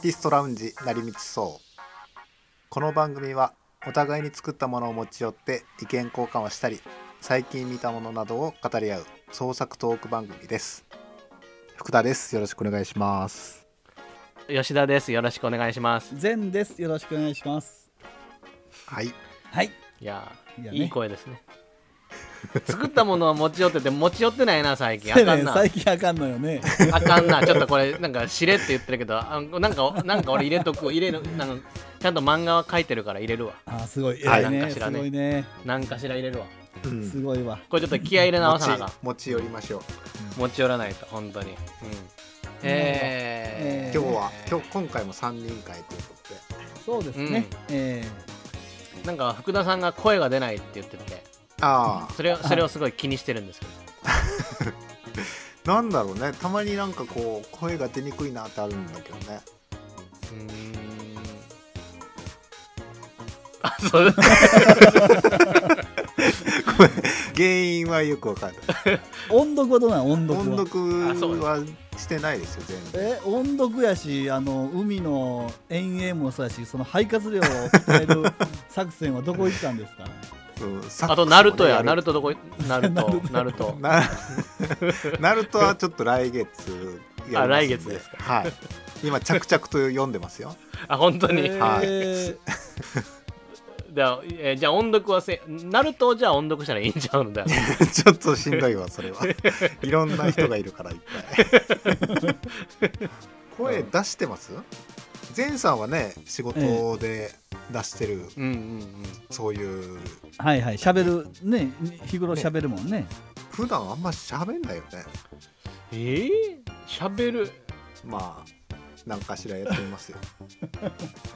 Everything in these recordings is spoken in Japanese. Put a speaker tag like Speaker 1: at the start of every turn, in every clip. Speaker 1: ティストラウンジ成道荘この番組はお互いに作ったものを持ち寄って意見交換をしたり最近見たものなどを語り合う創作トーク番組です福田ですよろしくお願いします
Speaker 2: 吉田です。よろしくお願いします。
Speaker 3: 善です。よろしくお願いします。
Speaker 1: はい
Speaker 3: はい。
Speaker 2: いやー
Speaker 3: いやね
Speaker 2: いい声ですね。作ったものは持ち寄ってて持ち寄ってないな最近あ
Speaker 3: せや
Speaker 2: か
Speaker 3: ね
Speaker 2: んな
Speaker 3: 最近あかんのよね。
Speaker 2: あかんなちょっとこれなんかしれって言ってるけどあなんかなんか俺入れとく入れるなんかちゃんと漫画は書いてるから入れるわ
Speaker 3: あーすごい。
Speaker 1: はい
Speaker 3: 偉い
Speaker 2: なん
Speaker 3: ね。
Speaker 2: か知
Speaker 3: す
Speaker 2: らね
Speaker 3: ごいね。
Speaker 2: なんかしら入れるわ
Speaker 1: うん
Speaker 3: すごいわ。
Speaker 2: これちょっと気合い入れ直さなあかん
Speaker 1: 持ち持ち寄りましょう
Speaker 2: 持ち寄らないと本当にうんえー、
Speaker 1: 今日は
Speaker 2: えー
Speaker 1: 今日今回も三人会ということで
Speaker 3: そうですね。え
Speaker 2: なんか福田さんが声が出ないって言ってて
Speaker 1: あ
Speaker 2: それをそれをすごい気にしてるんですけど
Speaker 1: あなんだろうねたまになんかこう声が出にくいなってあるんだけどね
Speaker 2: うーんあそう
Speaker 1: 原因はよくわか る
Speaker 3: ー音読はどうなん音読
Speaker 1: 音
Speaker 3: は。
Speaker 1: 読
Speaker 2: あそうです
Speaker 1: はしてないですよ全部
Speaker 3: え音読やしあの海の遠泳もそうやしその肺活量を鍛える作戦はどこ行ったんですか
Speaker 1: うん
Speaker 2: あと、ナルトや、ナ
Speaker 1: なる
Speaker 2: ルトどこい、ナルト、ナルト。
Speaker 1: な ナルトはちょっと来月やりますん
Speaker 2: あ来月ですか
Speaker 1: はい今着々と読んでますよ
Speaker 2: あ、本当に。
Speaker 3: え
Speaker 2: じ
Speaker 1: はい
Speaker 3: ー
Speaker 2: ゃあ、えーじゃあ音読はせ、ナルトをじゃあ音読したらいいんちゃうんだよ。
Speaker 1: ちょっとしんどいわそ れはいろんな人がいるからいっぱい 声出してます前さんはね仕事で出してる、
Speaker 2: うんうんうん。
Speaker 1: そういう
Speaker 3: はいはい喋るね日頃喋るもんね
Speaker 1: 普段あんま喋んないよね
Speaker 2: えー、喋る。
Speaker 1: まあ何かしらやってみますよ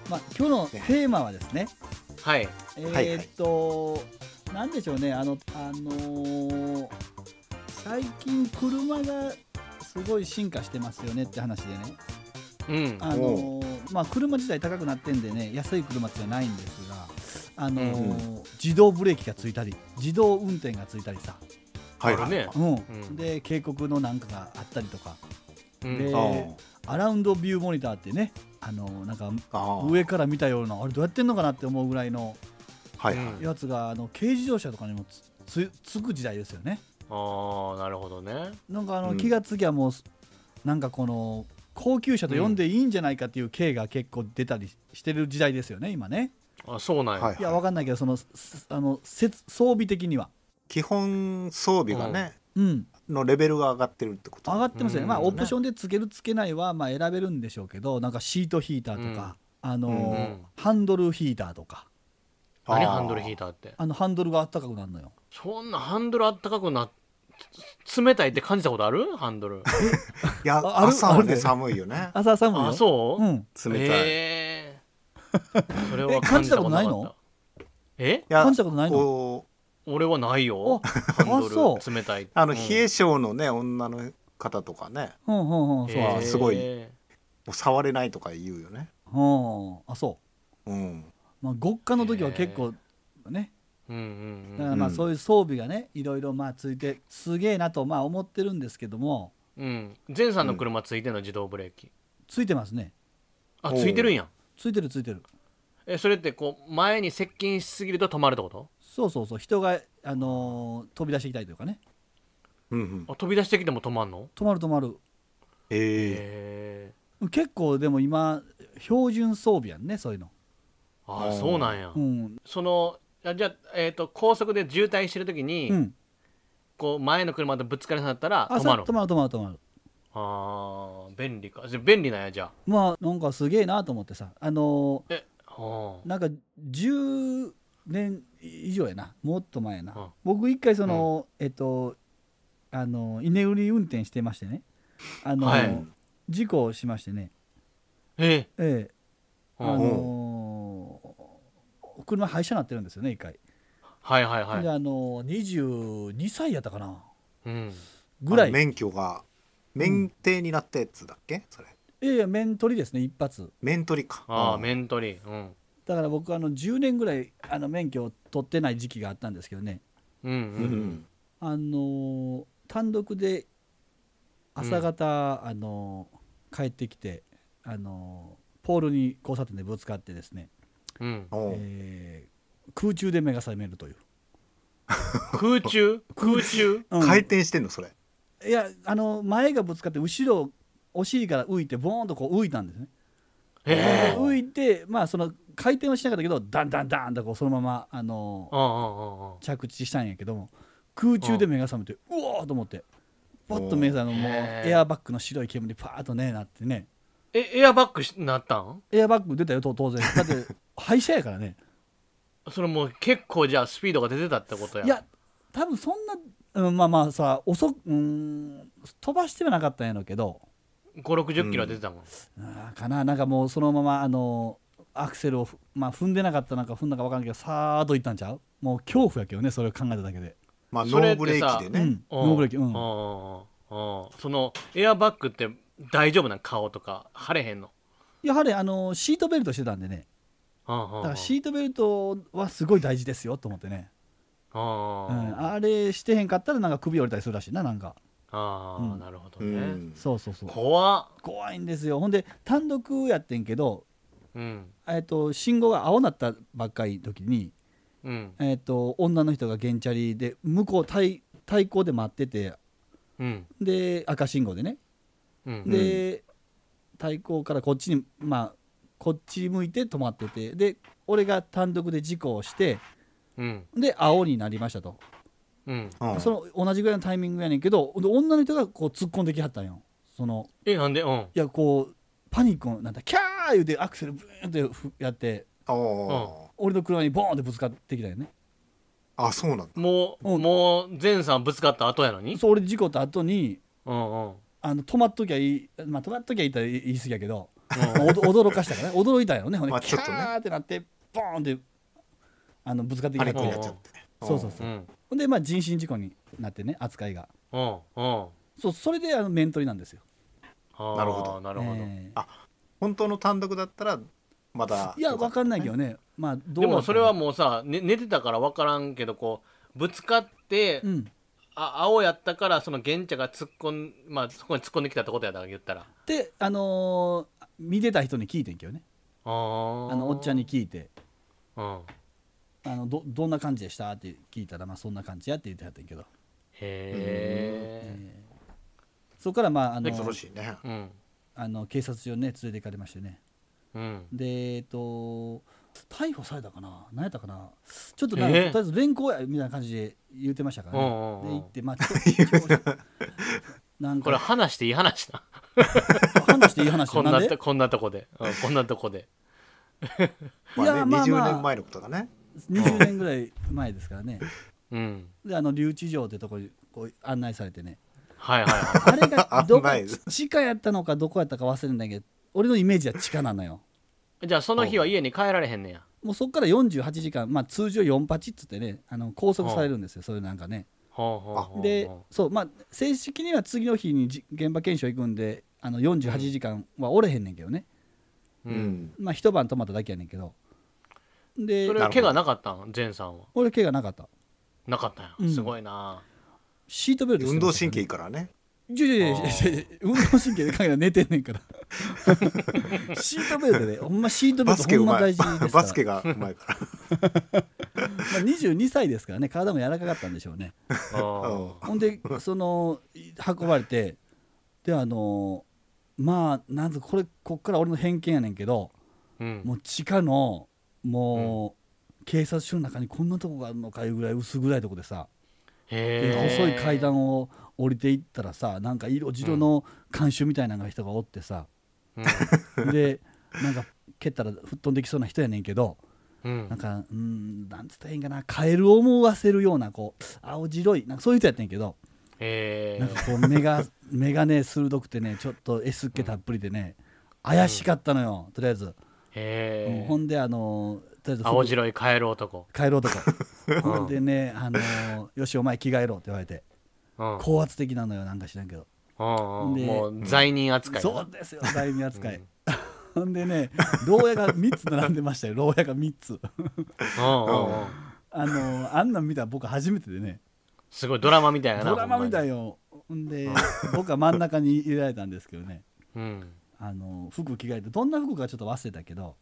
Speaker 3: まあ今日のテーマはですね
Speaker 2: は
Speaker 1: は
Speaker 2: い。
Speaker 1: い
Speaker 3: えーっと、なんでしょうね、あの、あのー最近車がすごい進化してますよねって話でね、
Speaker 2: うん。
Speaker 3: あのーまあ、車自体高くなってんでね、安い車っていうのはないんですが、あのー
Speaker 1: うん
Speaker 3: 自動ブレーキがついたり、自動運転がついたりさ、
Speaker 1: はい
Speaker 2: あるね
Speaker 3: うん
Speaker 2: ん
Speaker 3: で警告のなんかがあったりとか、
Speaker 2: うん
Speaker 3: で
Speaker 1: あー
Speaker 3: アラウンドビューモニターってね、あのーなんか
Speaker 1: あー
Speaker 3: 上から見たような、あれどうやってんのかなって思うぐらいの
Speaker 1: はいはい、
Speaker 2: うん
Speaker 3: やつがあの軽自動車とかにもつつつく時代ですよね
Speaker 2: ああ、なるほどね。
Speaker 3: なんかあの、
Speaker 1: うん
Speaker 3: 気がつきゃもうなんかこの高級車と呼んでいいんじゃないかっていう軽が結構出たりしてる時代ですよね今ね
Speaker 2: あ、そうなん
Speaker 1: は
Speaker 2: や。
Speaker 1: い
Speaker 3: いやわかんないけどそのすあのせつ装備的には
Speaker 1: 基本装備がね、
Speaker 3: うん
Speaker 1: のレベルが上がってるってこと
Speaker 3: 上がってますよね、
Speaker 2: うん
Speaker 3: まあオプションでつけるつけないはまあ選べるんでしょうけどなんかシートヒーターとか、あのー
Speaker 2: うん
Speaker 3: ハンドルヒーターとか
Speaker 1: あー
Speaker 2: 何ハンドル引いたって。
Speaker 3: あのハンドルがあったかくなるのよ
Speaker 2: そんなハンドルあったかくなっ、つ冷たいって感じたことあるハンドル。
Speaker 1: いや
Speaker 3: あある
Speaker 1: 朝は
Speaker 3: あ
Speaker 1: ね
Speaker 3: る
Speaker 1: 寒いよね
Speaker 3: 朝寒いよ
Speaker 2: あ、そう
Speaker 3: う、ん、
Speaker 1: 冷たい、
Speaker 2: えー、それは
Speaker 3: え
Speaker 2: 感じたことな
Speaker 3: 感じたことない
Speaker 2: かった
Speaker 3: の。
Speaker 2: え
Speaker 1: いや
Speaker 3: 感じたことないの
Speaker 1: こう
Speaker 2: 俺はないよ。
Speaker 3: あ
Speaker 2: ハン
Speaker 3: あそ
Speaker 2: ド
Speaker 3: う
Speaker 2: ル冷たい。
Speaker 1: あ
Speaker 2: う
Speaker 1: の
Speaker 2: ん
Speaker 1: 冷え性のね女の方とかね
Speaker 3: うんうんうんそう、
Speaker 1: えーすごい
Speaker 2: え
Speaker 1: もう触れないとか言うよね
Speaker 3: うんあそう
Speaker 1: うん
Speaker 3: まあ、極寒の時は結構ね、
Speaker 2: ーうんう
Speaker 3: だ
Speaker 2: ん
Speaker 3: か
Speaker 2: うん
Speaker 3: らま
Speaker 1: う
Speaker 3: あ
Speaker 1: ん
Speaker 3: そういう装備がねいろいろまあついてすげえなとまあ思ってるんですけども
Speaker 2: うん。前さんの車ついてんの自動ブレーキ。
Speaker 3: ついてますね
Speaker 2: あ、
Speaker 1: おう
Speaker 2: ついてるんやん。
Speaker 3: ついてるついてる
Speaker 2: え、それってこう前に接近しすぎると止まるってこと？
Speaker 3: そうそうそう人が、あのー飛び出してきたりというかね
Speaker 1: うんうん
Speaker 2: あ飛び出してきても止まんの？
Speaker 3: 止まる止まる
Speaker 1: ええ
Speaker 2: え
Speaker 3: 結構でも今標準装備やんねそういうの
Speaker 2: ー、あ
Speaker 1: あ
Speaker 2: ー、
Speaker 1: ー
Speaker 2: そうなんや。
Speaker 3: うん、
Speaker 2: そのあじゃあえっ、と高速で渋滞してる時に、
Speaker 3: うん、
Speaker 2: こう前の車とぶつかりそうになったら
Speaker 3: あ
Speaker 2: 止
Speaker 3: そう
Speaker 2: まるの
Speaker 3: 止。まる止まる止まる
Speaker 2: あー便利か。じゃあ便利なんやじゃあ。
Speaker 3: まあなんかすげえなと思ってさあの
Speaker 2: え、は
Speaker 3: ーなんか10年以上やなもっと前やな、
Speaker 2: うん
Speaker 3: 僕一回その、えっとあの居眠り運転してましてねあの、
Speaker 2: はい
Speaker 3: 事故をしましてね、
Speaker 2: あ。え
Speaker 3: ええ
Speaker 2: ー、
Speaker 3: あ
Speaker 2: うん
Speaker 3: のー車廃車になってるんですよね一回、
Speaker 2: はいはいはい
Speaker 3: で。あのー、22歳やったかな
Speaker 2: うん、
Speaker 3: ぐら
Speaker 1: あの
Speaker 3: い
Speaker 1: 免許が免停になったやつだっけそれ
Speaker 3: いやいや面取りですね一発
Speaker 1: 免取りか
Speaker 2: ああ、
Speaker 1: うん
Speaker 2: 面取り、うん、
Speaker 3: だから僕あの10年ぐらいあの免許を取ってない時期があったんですけどね
Speaker 2: うん
Speaker 1: う
Speaker 2: うん
Speaker 1: ん
Speaker 3: あのー単独で朝方、あのー帰ってきて、あのーポールに交差点でぶつかってですね、
Speaker 2: うん、
Speaker 1: おう
Speaker 3: えー空中で目が覚めるという、
Speaker 2: 空中空中
Speaker 3: うん
Speaker 1: 回転してんのそれ
Speaker 3: いやあの前がぶつかって後ろお尻から浮いてボーンとこう浮いたんですね
Speaker 2: ええ
Speaker 1: あー
Speaker 3: 浮いてまあその回転はしなかったけどダンダンダンとこうそのままあの
Speaker 2: うんうんうんうん
Speaker 3: 着地したんやけども空中で目が覚めてうおーと思ってポッと目が覚めたのも
Speaker 2: へ
Speaker 3: う
Speaker 2: ー
Speaker 3: エアバッグの白い煙パーッとねなってね
Speaker 2: えエアバッグしなったん
Speaker 3: エアバッグ出たよ と当然だって廃車やからね
Speaker 2: それもう結構じゃあスピードが出てたってことや
Speaker 3: いや多分そんな、うん、まあまあさ遅くうーん飛ばしてはなかったんやろうけど
Speaker 2: 560キロは出てたもん、
Speaker 3: あーかななんかもうそのままあのアクセルをふ、まあ、踏んでなかったなんか踏んだか分からんけどさーっといったんちゃうもう恐怖やけどねそれを考えただけで、
Speaker 1: まあノ
Speaker 2: それ
Speaker 1: ー
Speaker 2: ってさ
Speaker 1: ブレーキで
Speaker 3: う
Speaker 1: ね
Speaker 3: んノーブレーキうん
Speaker 2: うんうんうんうんそのエアバッグって大丈夫なん顔とか腫れへんの
Speaker 3: やはりあのシートベルトしてたんでね
Speaker 2: うんうんう
Speaker 3: だ
Speaker 2: ん
Speaker 3: からシートベルトはすごい大事ですよと思ってね、
Speaker 2: うん
Speaker 3: う
Speaker 2: うんうん
Speaker 3: ん、あれしてへんかったらなんか首折れたりするらしいななんか
Speaker 2: あ
Speaker 3: う
Speaker 2: あ
Speaker 3: ん
Speaker 2: なるほど
Speaker 1: う
Speaker 2: ね
Speaker 1: ん
Speaker 3: そうそうそう
Speaker 2: 怖っ
Speaker 3: 怖いんですよほんで単独やってんけど、
Speaker 2: うん
Speaker 3: えっと信号が青なったばっかり時に、
Speaker 2: うん
Speaker 3: えっと女の人がゲンチャリで向こう対対向で待ってて
Speaker 2: うん
Speaker 3: で赤信号でね
Speaker 2: うん
Speaker 3: で、対向からこっちにまあこっち向いて止まっててで俺が単独で事故をして
Speaker 2: うん
Speaker 3: で青になりましたと、
Speaker 2: うん
Speaker 1: うん
Speaker 3: その同じぐらいのタイミングやねんけどで女の人がこう突っ込んできはったんよその
Speaker 2: えなんでうん
Speaker 3: いやこうパニックになったキャー言うてアクセルブーンってふやって
Speaker 1: おー
Speaker 3: 俺の車にボーンってぶつかってきたよね
Speaker 1: あそうなんだ
Speaker 2: もう、
Speaker 3: うん
Speaker 2: もう前さんぶつかった後やのに
Speaker 3: そう俺事故った後に
Speaker 2: うんうん
Speaker 3: あの止まっときゃいい、まあ、止まっときゃいいとは言い言い過ぎやけど、
Speaker 2: うん
Speaker 3: まあおど驚かしたからね驚いたよねほんで、
Speaker 1: まあ
Speaker 3: キ
Speaker 1: ちょ
Speaker 3: ャ
Speaker 1: っとね
Speaker 3: ーってなってボーンってあのぶつかってき
Speaker 1: パ
Speaker 3: た
Speaker 1: ニッ
Speaker 3: って
Speaker 1: クになっち
Speaker 2: うん
Speaker 1: ゃってね
Speaker 3: そうそうそううんほんでまあ人身事故になってね扱いが
Speaker 2: うんうん
Speaker 3: そうそれであの面取りなんですよ
Speaker 2: あー
Speaker 1: なるほど
Speaker 2: なるほど、
Speaker 3: ええ
Speaker 1: あ本当の単独だったらまだ
Speaker 3: いや分かんないけ
Speaker 1: ど
Speaker 3: どねまあどうだった
Speaker 2: で
Speaker 3: の
Speaker 2: もそれはもうさ、ね、寝てたから分からんけどこうぶつかって、
Speaker 3: うん
Speaker 2: あ青やったからその現茶が突っ込んまあそこに突っ込んできたってことやだから言ったら
Speaker 3: であのー見てた人に聞いてんけどね
Speaker 2: あ
Speaker 3: あのおっちゃんに聞いて
Speaker 2: うん
Speaker 3: あのどどんな感じでしたって聞いたらまあそんな感じやって言ってはったんやけど、
Speaker 2: へ
Speaker 3: ええそこからまああの
Speaker 1: 恐ろしいね
Speaker 2: えうん
Speaker 3: あの警察署にね連れて行かれましてね
Speaker 2: うん
Speaker 3: でえっと逮捕されたかな何やったかなちょっとなんか、
Speaker 2: ええ
Speaker 3: とりあえず連行やみたいな感じで言ってましたからね、
Speaker 2: うんうんうん
Speaker 3: で行ってまあちょちょなん
Speaker 2: これ
Speaker 3: か
Speaker 2: 話していい話な
Speaker 3: 話していい話
Speaker 2: こ
Speaker 3: よ
Speaker 2: ん
Speaker 3: な
Speaker 2: なんと
Speaker 3: で
Speaker 2: こんなとこで、うん、こんなとこで
Speaker 1: ま
Speaker 3: いや
Speaker 1: あね
Speaker 3: まあまあ
Speaker 1: 20年前のことだね
Speaker 3: 20年ぐらい前ですからね
Speaker 2: うん
Speaker 3: であの留置場ってとこにこう案内されてね
Speaker 2: はいはいはい
Speaker 3: あれがどこ
Speaker 1: 案内
Speaker 3: 地下やったのかどこやったか忘れんだけど俺のイメージは地下なのよ
Speaker 2: じゃあその日は家に帰られへんねや。
Speaker 3: もうそこから48時間、まあ、通常4八っつってねあの拘束されるんですよ、そういうなんかね
Speaker 2: ほうほうほうほう
Speaker 3: でそうまあ正式には次の日にじ現場検証行くんであの48時間はおれへんねんけどね、
Speaker 2: う、
Speaker 1: うんん
Speaker 3: まあ一晩泊まっただけやねんけどで
Speaker 2: それは怪我なかったん前さんは。
Speaker 3: 俺怪我なかった
Speaker 2: なかったんや
Speaker 3: うん
Speaker 2: すごい な。
Speaker 3: シートベルトして
Speaker 1: 運
Speaker 3: ま
Speaker 1: 動
Speaker 3: した
Speaker 1: 神
Speaker 3: から
Speaker 1: 経いいか
Speaker 3: ね
Speaker 1: らね
Speaker 3: いやいやいやいやいや運動神経で考えたら寝てんねんから シートベルトでほんまシートベ
Speaker 1: バ
Speaker 3: ルト
Speaker 1: スケ
Speaker 3: ほ
Speaker 1: うん
Speaker 3: ま
Speaker 1: ま
Speaker 3: 大
Speaker 1: い
Speaker 3: 事ですから
Speaker 1: バスケがうまいから
Speaker 3: まあ、22歳ですからね体も柔らかかったんでしょうね
Speaker 2: あー
Speaker 3: ほんでそのい運ばれてであのまあなんぞこれこっから俺の偏見やねんけど
Speaker 2: うん
Speaker 3: もう地下のもう、警察署の中にこんなとこがあるのかいうぐらい薄暗いとこでさ、で
Speaker 2: へー
Speaker 3: 細い階。段を降りていったらさなんか色白の監修みたいなのが人がおっ てさ、
Speaker 2: うん
Speaker 3: でなんか蹴ったら吹っ飛んできそうな人やねんけど
Speaker 2: うん
Speaker 3: なんかうんなんつったらいいんかなカエルを思わせるようなこう青白いなんかそういう人やってんけど、
Speaker 2: へ
Speaker 3: なん
Speaker 2: ー
Speaker 3: かこう目が 目がね鋭くてねちょっとエスっ気たっぷりでね怪しかったのよとりあえず、うん
Speaker 2: へ
Speaker 3: ほ
Speaker 2: ー
Speaker 3: んであのとりあえず服
Speaker 2: 青白い帰る男。
Speaker 3: 帰ろうと かほん
Speaker 2: う
Speaker 3: でね、あのーよしお前着替えろ」って言われて
Speaker 2: ん
Speaker 3: 高圧的なのよなんか知らんけど
Speaker 2: うんうん
Speaker 3: で
Speaker 2: もう罪人扱いだな。
Speaker 3: そうですよ財務扱い、
Speaker 2: うん
Speaker 3: ほんでね牢屋が3つ並んでましたよ牢屋が3つ
Speaker 2: うんうんうん
Speaker 3: あのーあんなん見たら僕初めてでね
Speaker 2: すごいドラマみたいやな。
Speaker 3: ドラマみたい
Speaker 2: い。
Speaker 3: よほんで僕は真ん中に入れられたんですけどね
Speaker 2: うん
Speaker 3: ああの服着替えてどんな服かちょっと忘れたけど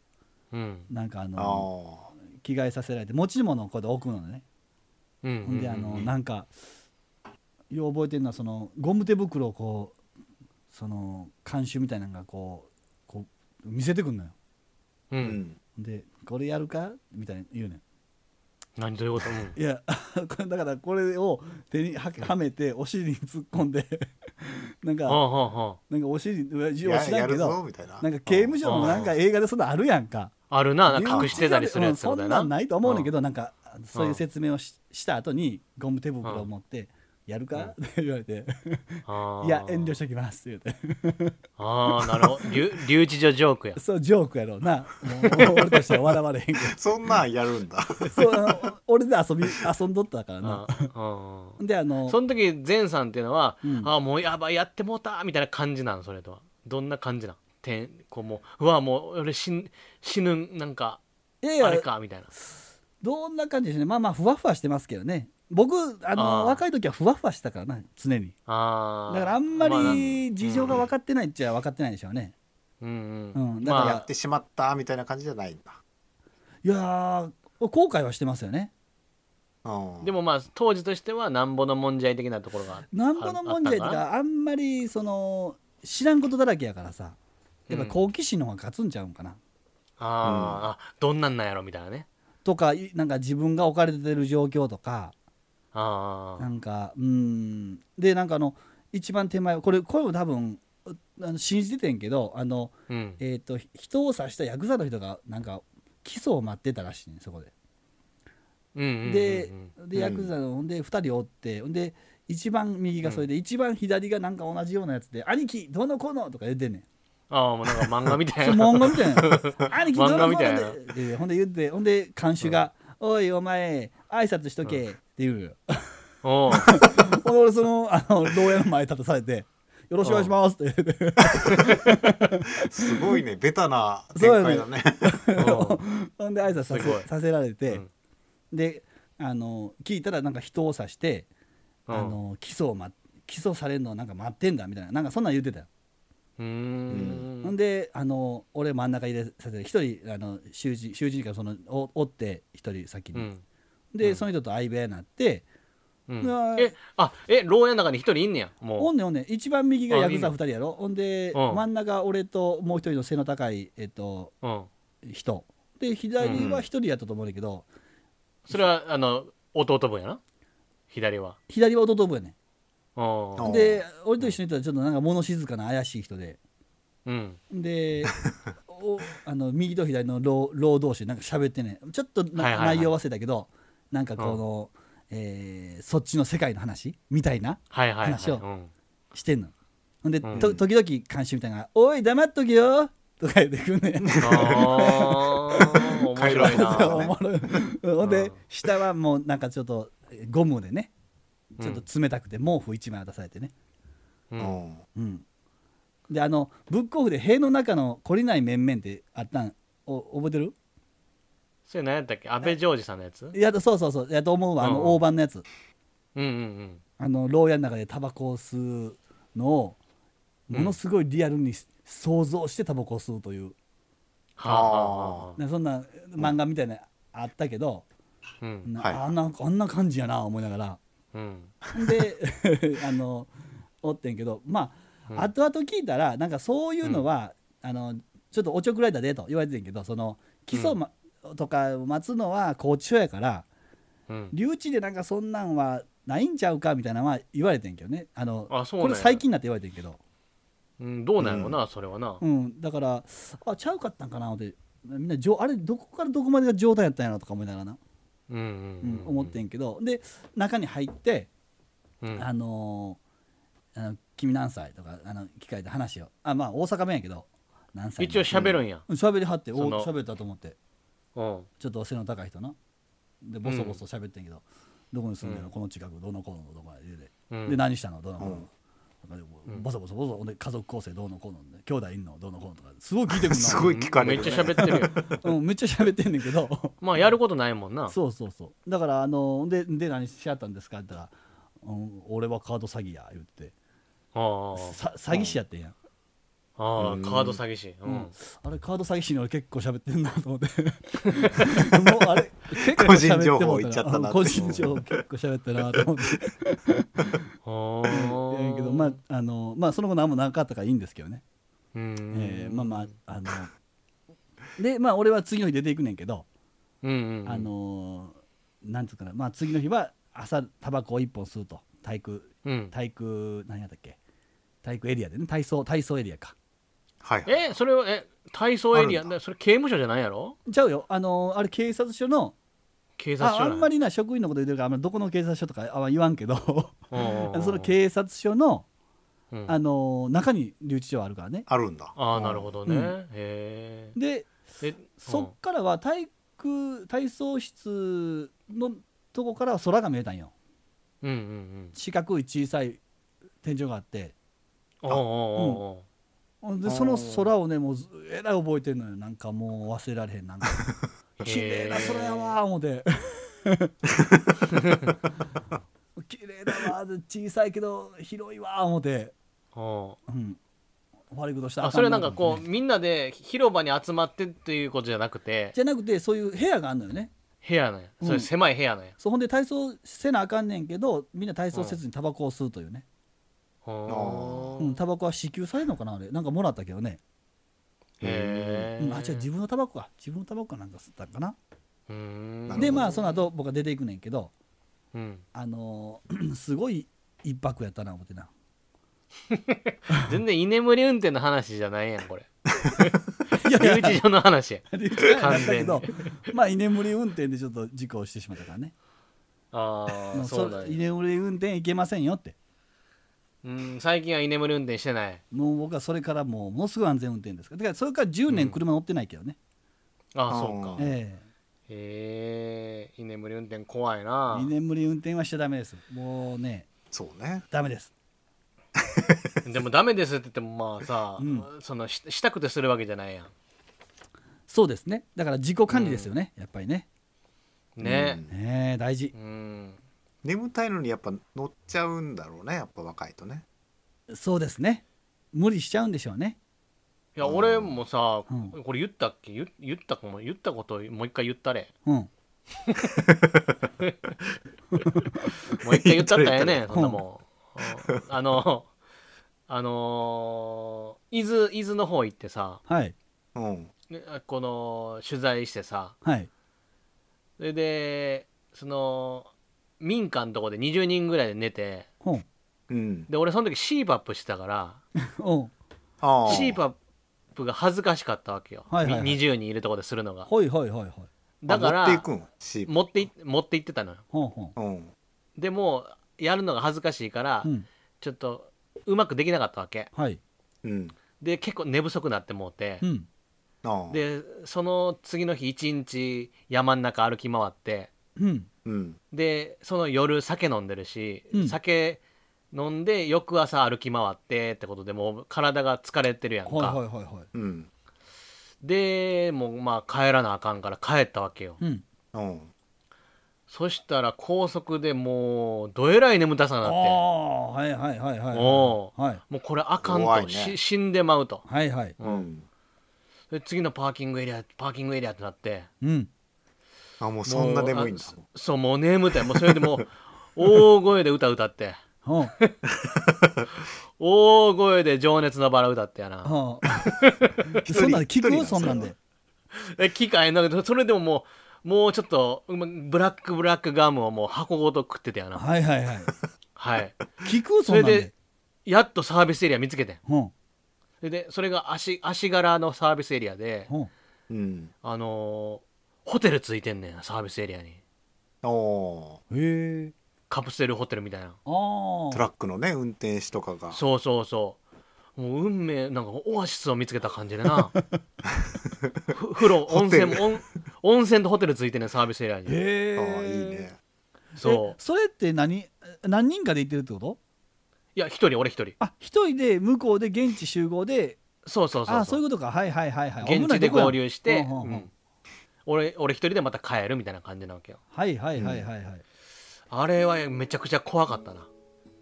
Speaker 2: うん
Speaker 3: なんかあ
Speaker 1: あ
Speaker 3: の
Speaker 1: ー
Speaker 3: 着替えさせられて持ち物をこうやって置くのね、
Speaker 2: うん
Speaker 3: ほんであのなんんかよう覚えてるのはそのゴム手袋をこうその監修みたいなのがこうこう見せてくんのよ
Speaker 2: う
Speaker 1: うんん
Speaker 3: で「これやるか?」みたいに言うねん
Speaker 2: 何どういうことうん
Speaker 3: いや これだからこれを手にははめてお尻に突っ込んで なん
Speaker 2: は
Speaker 3: か
Speaker 2: あはあは
Speaker 3: なんかお尻うわよう
Speaker 1: や
Speaker 3: 知ら
Speaker 1: や
Speaker 3: んけ
Speaker 1: る
Speaker 3: ど
Speaker 1: ぞみたいな
Speaker 3: なんか刑務所のなんか映画でそんなんあるやんか
Speaker 2: ああるななんか隠してたりするやつって
Speaker 3: う
Speaker 2: こと
Speaker 3: んそ
Speaker 2: や
Speaker 3: ん
Speaker 2: な
Speaker 3: なんないと思うねんけ
Speaker 2: ど
Speaker 3: どなんかそういう説明をしした後にゴム手袋を持って「やるか?」って言われて「いや遠慮しときます」って言う
Speaker 2: あーなるほ ど留 留置所ジョークや
Speaker 3: て そうジョークやろうなもう俺としては笑われへんけ
Speaker 1: そんなんやるんだ
Speaker 3: どそうあの 俺で遊び遊んどったからな
Speaker 2: うんうん
Speaker 3: であ の
Speaker 2: その時前さんっていうのは、
Speaker 3: うん
Speaker 2: ああもうやばいやってもうたみたいな感じなのそれとはどんな感じなのてんこうもううわもう俺死ん死ぬんなんか
Speaker 3: いやい
Speaker 2: あれ
Speaker 3: や
Speaker 2: かみたいな
Speaker 3: どんな感じでしょうねまあまあふわふわしてますけどね僕あの
Speaker 2: あー
Speaker 3: 若い時はふわふわしてたからな常に
Speaker 2: あ
Speaker 3: だ
Speaker 2: ー
Speaker 3: からあんま
Speaker 2: あなん
Speaker 3: り事情が分かってないっちゃ分かってないでしょうね、
Speaker 2: うんう
Speaker 3: うん
Speaker 2: ん、
Speaker 3: だから
Speaker 1: やってしまったみたいな感じじゃないんだ、
Speaker 3: いやー後悔はしてますよね
Speaker 1: うん、
Speaker 2: でもまあ当時としてはなんぼのもんじゃい的なところがあった
Speaker 3: なんぼのもんじゃいとかあんまりその知らんことだらけやからさやっぱ好奇心の方が勝つんちゃうんかな、
Speaker 2: あー、あどんなんなんやろみたいなね
Speaker 3: とかいなんか自分が置かれてる状況とか
Speaker 2: あ
Speaker 3: なんかうんでなんかあの一番手前これこれも多分うあの信じててんけどあの、
Speaker 2: ーうん
Speaker 3: えー、と人を刺したヤクザの人がなんか起訴を待ってたらしいねそこで。
Speaker 2: うんうんうんうん
Speaker 3: で,、でヤクザのほんで2人おってほんで一番右がそれで、一番左がなんか同じようなやつで「兄貴どうのこうの」とか言っ てんねん。
Speaker 2: ああもうなんか漫画みたい
Speaker 3: そう
Speaker 2: な
Speaker 3: 漫画みたいな兄貴どうのこ
Speaker 2: 漫画
Speaker 3: うの
Speaker 2: みたいな
Speaker 3: ででほんで言ってほんで看守が「おいお前挨拶しとけ」って言うよ、
Speaker 2: おう
Speaker 3: ほんで俺そのあの牢屋の前に立たされて「よろしくお願いします」って言って
Speaker 1: すごいねベタな展開だね
Speaker 2: おう
Speaker 3: ほんで挨拶さ
Speaker 2: すごい
Speaker 3: せさせられて、
Speaker 2: うん
Speaker 3: であの聞いたらなんか人を刺して、
Speaker 2: うん
Speaker 3: あの起訴を、ま、起訴されるのをなんか待ってんだみたいななんかそんなん言ってたよ
Speaker 2: うー
Speaker 3: ほん
Speaker 2: ん
Speaker 3: であの俺真ん中入れさせて一人あの囚人囚人がそのおおって一人先
Speaker 2: う
Speaker 3: に、
Speaker 2: ん
Speaker 3: で、
Speaker 2: うん
Speaker 3: その人と相部屋になって、
Speaker 2: う
Speaker 3: うわ
Speaker 2: ん、
Speaker 3: ー
Speaker 2: えあえ牢屋の中に一人いんねや
Speaker 3: お
Speaker 2: も
Speaker 3: んねんおんねん一番右がヤク
Speaker 2: あ
Speaker 3: ザ
Speaker 2: いいね
Speaker 3: 二人やろほんで、
Speaker 2: うん
Speaker 3: 真ん中俺ともう一人の背の高い、えっと、
Speaker 2: う、うん、
Speaker 3: 人で左は一人やったと思うねんだけど、
Speaker 2: それはあの弟分やな左は
Speaker 3: 左は弟分やね
Speaker 2: お
Speaker 1: お
Speaker 2: うん
Speaker 3: で俺と一緒にいたらちょっとなんか物静かな怪しい人で
Speaker 2: うん
Speaker 3: で おあの右と左の老老同士なんか喋ってねちょっとな、
Speaker 2: はいはいはい
Speaker 3: 内容忘れたけどなんかこの、えーそっちの世界の話みたいな
Speaker 2: はいはいはい
Speaker 3: 話を
Speaker 2: うん
Speaker 3: してんのほんで、
Speaker 2: うん
Speaker 3: と時々監視みたいなのが「おい黙っとけよ」とか言ってくんね ん。
Speaker 2: あー面白い
Speaker 1: 帰ろ
Speaker 3: そう
Speaker 1: う
Speaker 2: な
Speaker 3: おもろいほん
Speaker 2: う
Speaker 3: で
Speaker 2: ん
Speaker 3: 下はもうなんかちょっとえゴムでねちょっと冷たくて毛布一枚渡されてね、
Speaker 2: う
Speaker 1: うんん
Speaker 3: うん、であのブックオフで塀の中の懲りない面々ってあったんお覚えてる
Speaker 2: それ何やったっけ安倍ジョージさんのやつうん
Speaker 3: いやそうそうそうやと思うわあの
Speaker 2: うん
Speaker 3: 大判のやつ
Speaker 2: うんうん
Speaker 3: あの牢屋の中でタバコを吸うのをものすごいリアルに想像してタバコを吸うという、
Speaker 2: はあはあはあ
Speaker 3: なそんな漫画みたいなのあったけど、
Speaker 2: うん
Speaker 3: な
Speaker 1: はい
Speaker 3: あなんかあんな感じやな思いながら。
Speaker 2: うん
Speaker 3: で あのおってんけどまあ、
Speaker 2: うん
Speaker 3: 後々聞いたらなんかそういうのは、あのちょっとおちょくられたでと言われてんけどその基礎、まとかを待つのは拘置所やから
Speaker 2: うん
Speaker 3: 留置でなんかそんなんはないんちゃうかみたいなのは言われてんけどねあの
Speaker 2: あそう
Speaker 3: こ
Speaker 2: なん
Speaker 3: れ
Speaker 2: や
Speaker 3: 最近になって言われてんけど、
Speaker 2: うんどうなんやろなそれはな
Speaker 3: うん、だからあちゃうかったんかなってみんなじょあれどこからどこまでが冗談やったんやろとか思いながらな、
Speaker 2: うんうん
Speaker 3: う
Speaker 2: うん
Speaker 3: ん、思ってんけどで中に入って
Speaker 2: うん
Speaker 3: あのーあの君何歳とかあの聞かれて話をあまあ大阪弁やけど何歳
Speaker 2: 一応喋るんや
Speaker 3: うん喋りはってお
Speaker 2: その
Speaker 3: 喋ったと思って
Speaker 2: うん
Speaker 3: ちょっと背の高い人なでボソボソ喋ってんけど、どこに住んでるの、この近くどうのこうのどこまでで、
Speaker 2: う
Speaker 3: で
Speaker 2: ん
Speaker 3: 何したのどうのこうの、なんか
Speaker 2: うん
Speaker 3: ボソボソボソほんで家族構成どうのこうので兄弟いんのどうのこうのとかすごい聞 いてくる
Speaker 1: すごい聞か
Speaker 2: め
Speaker 1: れ
Speaker 2: っ
Speaker 1: る、ね、
Speaker 2: ちゃ喋ってるよ
Speaker 3: な、うん、めっちゃ喋ってんねん けど
Speaker 2: まあやることないもんな
Speaker 3: そうそうそうだからあのーでで何しちゃったんですかって言ったら、うん「俺はカード詐欺や」言って
Speaker 2: ああ
Speaker 3: さ詐欺師やってんやん、
Speaker 2: ああ
Speaker 4: うん
Speaker 2: カード詐欺師う
Speaker 3: うんんあれカード詐欺師に俺結構喋ってんな と思ってもうあれ結構
Speaker 1: 個人情報
Speaker 3: 喋も
Speaker 1: 言っちゃったなって
Speaker 3: うん個人情報結構喋ったなと思って
Speaker 2: あ
Speaker 3: いや
Speaker 2: あ
Speaker 3: けどまああのまあその後何もなかったからいいんですけどね、
Speaker 2: うん
Speaker 3: えーまあまああのでまあ俺は次の日出ていくねんけど、
Speaker 2: うんうん
Speaker 3: あのーなんつうかなまあ次の日は朝タバコを1本吸うと体育
Speaker 2: うん
Speaker 3: 体育何やったっけ体育エリアでね体操体操エリアか
Speaker 1: はいはい
Speaker 2: えそれはえ体操エリ
Speaker 1: あ
Speaker 2: ア
Speaker 1: るんだ
Speaker 2: だそれ刑務所じゃないやろ
Speaker 3: ちゃうよあのーあれ警察署の
Speaker 2: 警察
Speaker 3: あ
Speaker 2: 署
Speaker 3: あんま
Speaker 2: り
Speaker 3: りな職員のこと言ってるからあんまりどこの警察署とかあんま言わんけどそ
Speaker 2: そ
Speaker 3: の警察署の、
Speaker 2: うん
Speaker 3: あのー中に留置所あるからね
Speaker 1: あるんだ
Speaker 2: ああなるほどね、
Speaker 3: うん
Speaker 2: へ
Speaker 3: で
Speaker 2: ええ
Speaker 3: そっからは体育体操室のとこからは空が見えたんよ
Speaker 2: うんうんうん
Speaker 3: 四角い小さい天井があって
Speaker 2: おうおうおうおう
Speaker 3: ほんでその空をねもうずえらい覚えてんのよなんかもう忘れられへんなんか綺麗な空やわー思て 綺麗だわー小さいけど広いわー思て、
Speaker 2: おう
Speaker 3: うん、悪いことしたら
Speaker 2: あ
Speaker 3: あ
Speaker 2: そ
Speaker 3: か
Speaker 2: れ
Speaker 3: ん
Speaker 2: は
Speaker 3: な
Speaker 2: な
Speaker 3: ー
Speaker 2: ん
Speaker 3: と
Speaker 2: か
Speaker 3: 思ってね
Speaker 2: こうみんなで広場に集まってっていうことじゃなくて
Speaker 3: じゃなくてそういう部屋があるのよね
Speaker 2: 部屋なんや
Speaker 3: うん
Speaker 2: それ狭い部屋なんや、
Speaker 3: そうほんで体操せなあかんねんけどみんな体操せずにタバコを吸うというね、
Speaker 2: おう
Speaker 3: うん、タバコは支給されるのかなあれなんかもらったけどね、
Speaker 2: へ
Speaker 3: う
Speaker 2: え
Speaker 3: ん、あ違う自分のタバコか自分のタバコかなんか吸ったんかな
Speaker 2: う
Speaker 1: なるほ
Speaker 2: ん
Speaker 1: ど
Speaker 3: でまあその後僕は出ていくねんけど
Speaker 2: うん
Speaker 3: あのー すごい一泊やったな 思ってな
Speaker 2: 全然居眠り運転の話じゃないやんこれ
Speaker 3: いやい
Speaker 2: 留
Speaker 3: や
Speaker 2: 置所の話や
Speaker 3: 理由違いだ
Speaker 2: 完
Speaker 3: ったけ
Speaker 2: 全に
Speaker 3: どまあ居眠り運転でちょっと事故をしてしまったからね
Speaker 2: あ
Speaker 3: も
Speaker 2: あ
Speaker 3: う
Speaker 2: そう
Speaker 3: そ
Speaker 2: な
Speaker 3: れ
Speaker 2: ん
Speaker 3: 居
Speaker 2: や
Speaker 3: 眠り運転いけませんよって
Speaker 2: うん最近は居眠り運転してない
Speaker 3: もう僕はそれからもうものすぐ安全運転ですからだからそれから10年車乗ってないけどね、
Speaker 2: ああそうか
Speaker 1: うん
Speaker 3: ええ
Speaker 2: へえ居眠り運転怖いな
Speaker 3: 居眠り運転はしちゃダメですもうね
Speaker 1: そうね
Speaker 3: ダメです
Speaker 2: でもダメですって言ってもまあさ、
Speaker 3: う
Speaker 2: そのししたくてするわけじゃないやん
Speaker 3: そうですねだから自己管理ですよね、やっぱりね
Speaker 2: ね
Speaker 1: うん
Speaker 3: ねえ大事
Speaker 2: うん、
Speaker 1: 眠たいのにやっぱ乗っちゃうんだろうねやっぱ若いとね
Speaker 3: そうですね無理しちゃうんでしょうね
Speaker 2: いや俺もさ、
Speaker 3: うん
Speaker 2: これ言ったっけ言言ったかも言ったこともう一回言ったれ
Speaker 3: うん
Speaker 2: もう一回言ったったらええね
Speaker 1: 言
Speaker 2: んそんなもん、うんあのあのー伊豆伊豆の方行ってさ
Speaker 3: はい
Speaker 1: うん
Speaker 2: ねこの取材してさ
Speaker 3: はい
Speaker 2: それでその民家のとこで20人ぐらいで寝て
Speaker 3: ほん
Speaker 1: うん
Speaker 2: で俺その時 CPAP してたから
Speaker 3: おう
Speaker 1: ああ
Speaker 2: CPAP が恥ずかしかったわけよ、
Speaker 3: はいはいはい
Speaker 2: み20人いるとこでするのが
Speaker 3: ほいほいほいほい
Speaker 2: だか
Speaker 1: あ持ってい
Speaker 2: ら
Speaker 1: くん C
Speaker 2: 持ってい持って行ってたのよ
Speaker 3: ほんほん
Speaker 1: うん
Speaker 2: でもやるのが恥ずかしいから、
Speaker 3: うん
Speaker 2: ちょっとうまくできなかったわけ
Speaker 3: はい
Speaker 1: うん
Speaker 2: で結構寝不足になってもうて
Speaker 3: う、ん
Speaker 1: ああ
Speaker 2: でその次の日一日山ん中歩き回って
Speaker 3: うん
Speaker 1: うん
Speaker 2: でその夜酒飲んでるし、
Speaker 3: うん
Speaker 2: 酒飲んで翌朝歩き回ってってことでもう体が疲れてるやんか、
Speaker 3: ほいほいほいほい
Speaker 1: うん
Speaker 2: でもうまあ帰らなあかんから帰ったわけよ、
Speaker 3: うん
Speaker 1: うん
Speaker 2: そしたら高速でもうどえらい眠たさに
Speaker 3: あ
Speaker 2: なって
Speaker 3: あはいはいはいはい
Speaker 2: お
Speaker 3: はい
Speaker 2: もうこれあかん
Speaker 1: 怖
Speaker 2: と、
Speaker 1: いね
Speaker 2: し死んでまうと
Speaker 3: はいはい
Speaker 1: うん
Speaker 2: で次のパーキングエリアパーキングエリアってなって
Speaker 3: うん
Speaker 1: あもうそんな眠いんだ
Speaker 2: もうあそうもう眠たいもうそれでもう大声で歌歌って
Speaker 3: ほん
Speaker 2: 大声で情熱のバラ歌ってやな
Speaker 3: ほん
Speaker 1: 人
Speaker 3: そんなんで
Speaker 1: 一
Speaker 3: 聞
Speaker 1: 人な
Speaker 3: く
Speaker 1: ん
Speaker 3: そんなんで
Speaker 2: え機械なそれでももうもうちょっとうまブラックブラックガムをもう箱ごと食ってたやな
Speaker 3: はいはいはい
Speaker 2: はい
Speaker 3: 聞くそんなん
Speaker 2: それ
Speaker 3: で
Speaker 2: でやっとサービスエリア見つけてん
Speaker 3: ほん
Speaker 2: それでそれが足足柄のサービスエリアで
Speaker 3: ほん
Speaker 1: うん
Speaker 2: あのーホテルついてんねんサービスエリアに
Speaker 1: おお
Speaker 3: へえ
Speaker 2: カプセルホテルみたいな
Speaker 3: ああ
Speaker 1: トラックのね運転手とかが
Speaker 2: そうそうそうもう運命なんかオアシスを見つけた感じでなふ風呂温
Speaker 1: テル
Speaker 2: 泉も温温泉とホテルついてんねんサービスエリアに
Speaker 3: へえ
Speaker 1: ああいいね
Speaker 2: そう
Speaker 3: えそれって何何人かで行ってるってこと
Speaker 2: いや一人俺一人
Speaker 3: あ一人で向こうで現地集合で
Speaker 2: そうそうそう
Speaker 3: あそういうことかはいはいはいはい
Speaker 2: 現地で合流して、
Speaker 3: 危ないとこやうんうんうん
Speaker 2: うん俺俺一人でまた帰るみたいな感じなわけよ
Speaker 3: はいはいはいはいはい
Speaker 2: あれはめちゃくちゃ怖かったな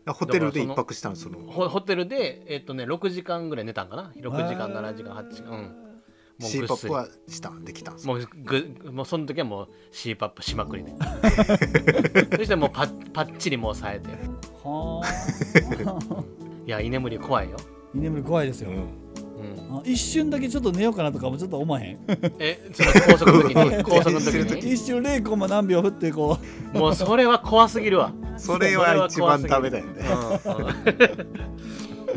Speaker 1: ああホテルで
Speaker 2: だからその
Speaker 1: 一泊したんですその
Speaker 2: ホホテルで、えっとね、6時間ぐらい寝たんかな6時間
Speaker 3: えー
Speaker 2: 7時間8時間うんもう
Speaker 1: c
Speaker 2: ぐ
Speaker 1: パ
Speaker 2: っ
Speaker 1: ッ
Speaker 2: す
Speaker 1: プ
Speaker 2: り
Speaker 1: はしたんできたんです
Speaker 2: もうぐもうその時はもう c パップしまく りでそしてもうパッパッチリもう冴えて
Speaker 3: はあ
Speaker 2: いや居眠り怖いよ、
Speaker 3: 居眠り怖いですよ、
Speaker 1: うん
Speaker 2: うん、
Speaker 3: あ一瞬だけちょっと寝ようかなとかもちょっと思わへん
Speaker 2: えその高速の 時に高速の時
Speaker 1: うん
Speaker 2: に
Speaker 3: 一瞬0コンマ何秒振ってこ
Speaker 2: もうそれは怖すぎるわ
Speaker 1: それは一番ダメだよね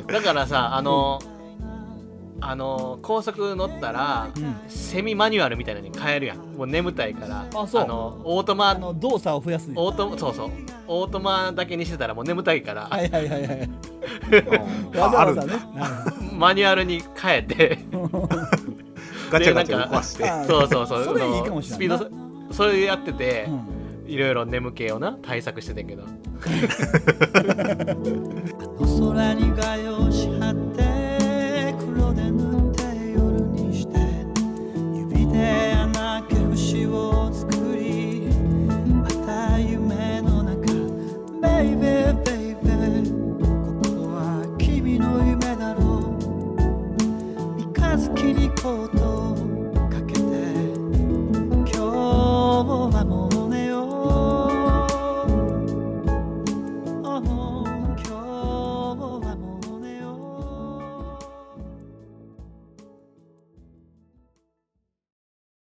Speaker 2: だからさあのあの高速乗ったら
Speaker 3: う、うん、
Speaker 2: セミマニュアルみたいなのに変えるやんもう眠たいから
Speaker 3: あそう
Speaker 2: のオート
Speaker 3: あ
Speaker 2: マ
Speaker 3: の動作を増やすね
Speaker 2: オートそうそうオートマだけにしてたらもう眠たいから、
Speaker 3: はいはいはいはい
Speaker 1: うん
Speaker 3: わざ
Speaker 1: ああ
Speaker 3: わ
Speaker 1: るん
Speaker 3: ざ
Speaker 1: だ
Speaker 3: ねなるほど
Speaker 2: マニュアルに変えて
Speaker 1: ガチャガチャ動かして
Speaker 3: あ
Speaker 2: そうそうそう
Speaker 3: それいいかもしれないな
Speaker 2: スピードそれやってて、
Speaker 3: うん
Speaker 2: いろいろ眠気をな対策しててんけど
Speaker 3: お空にがよし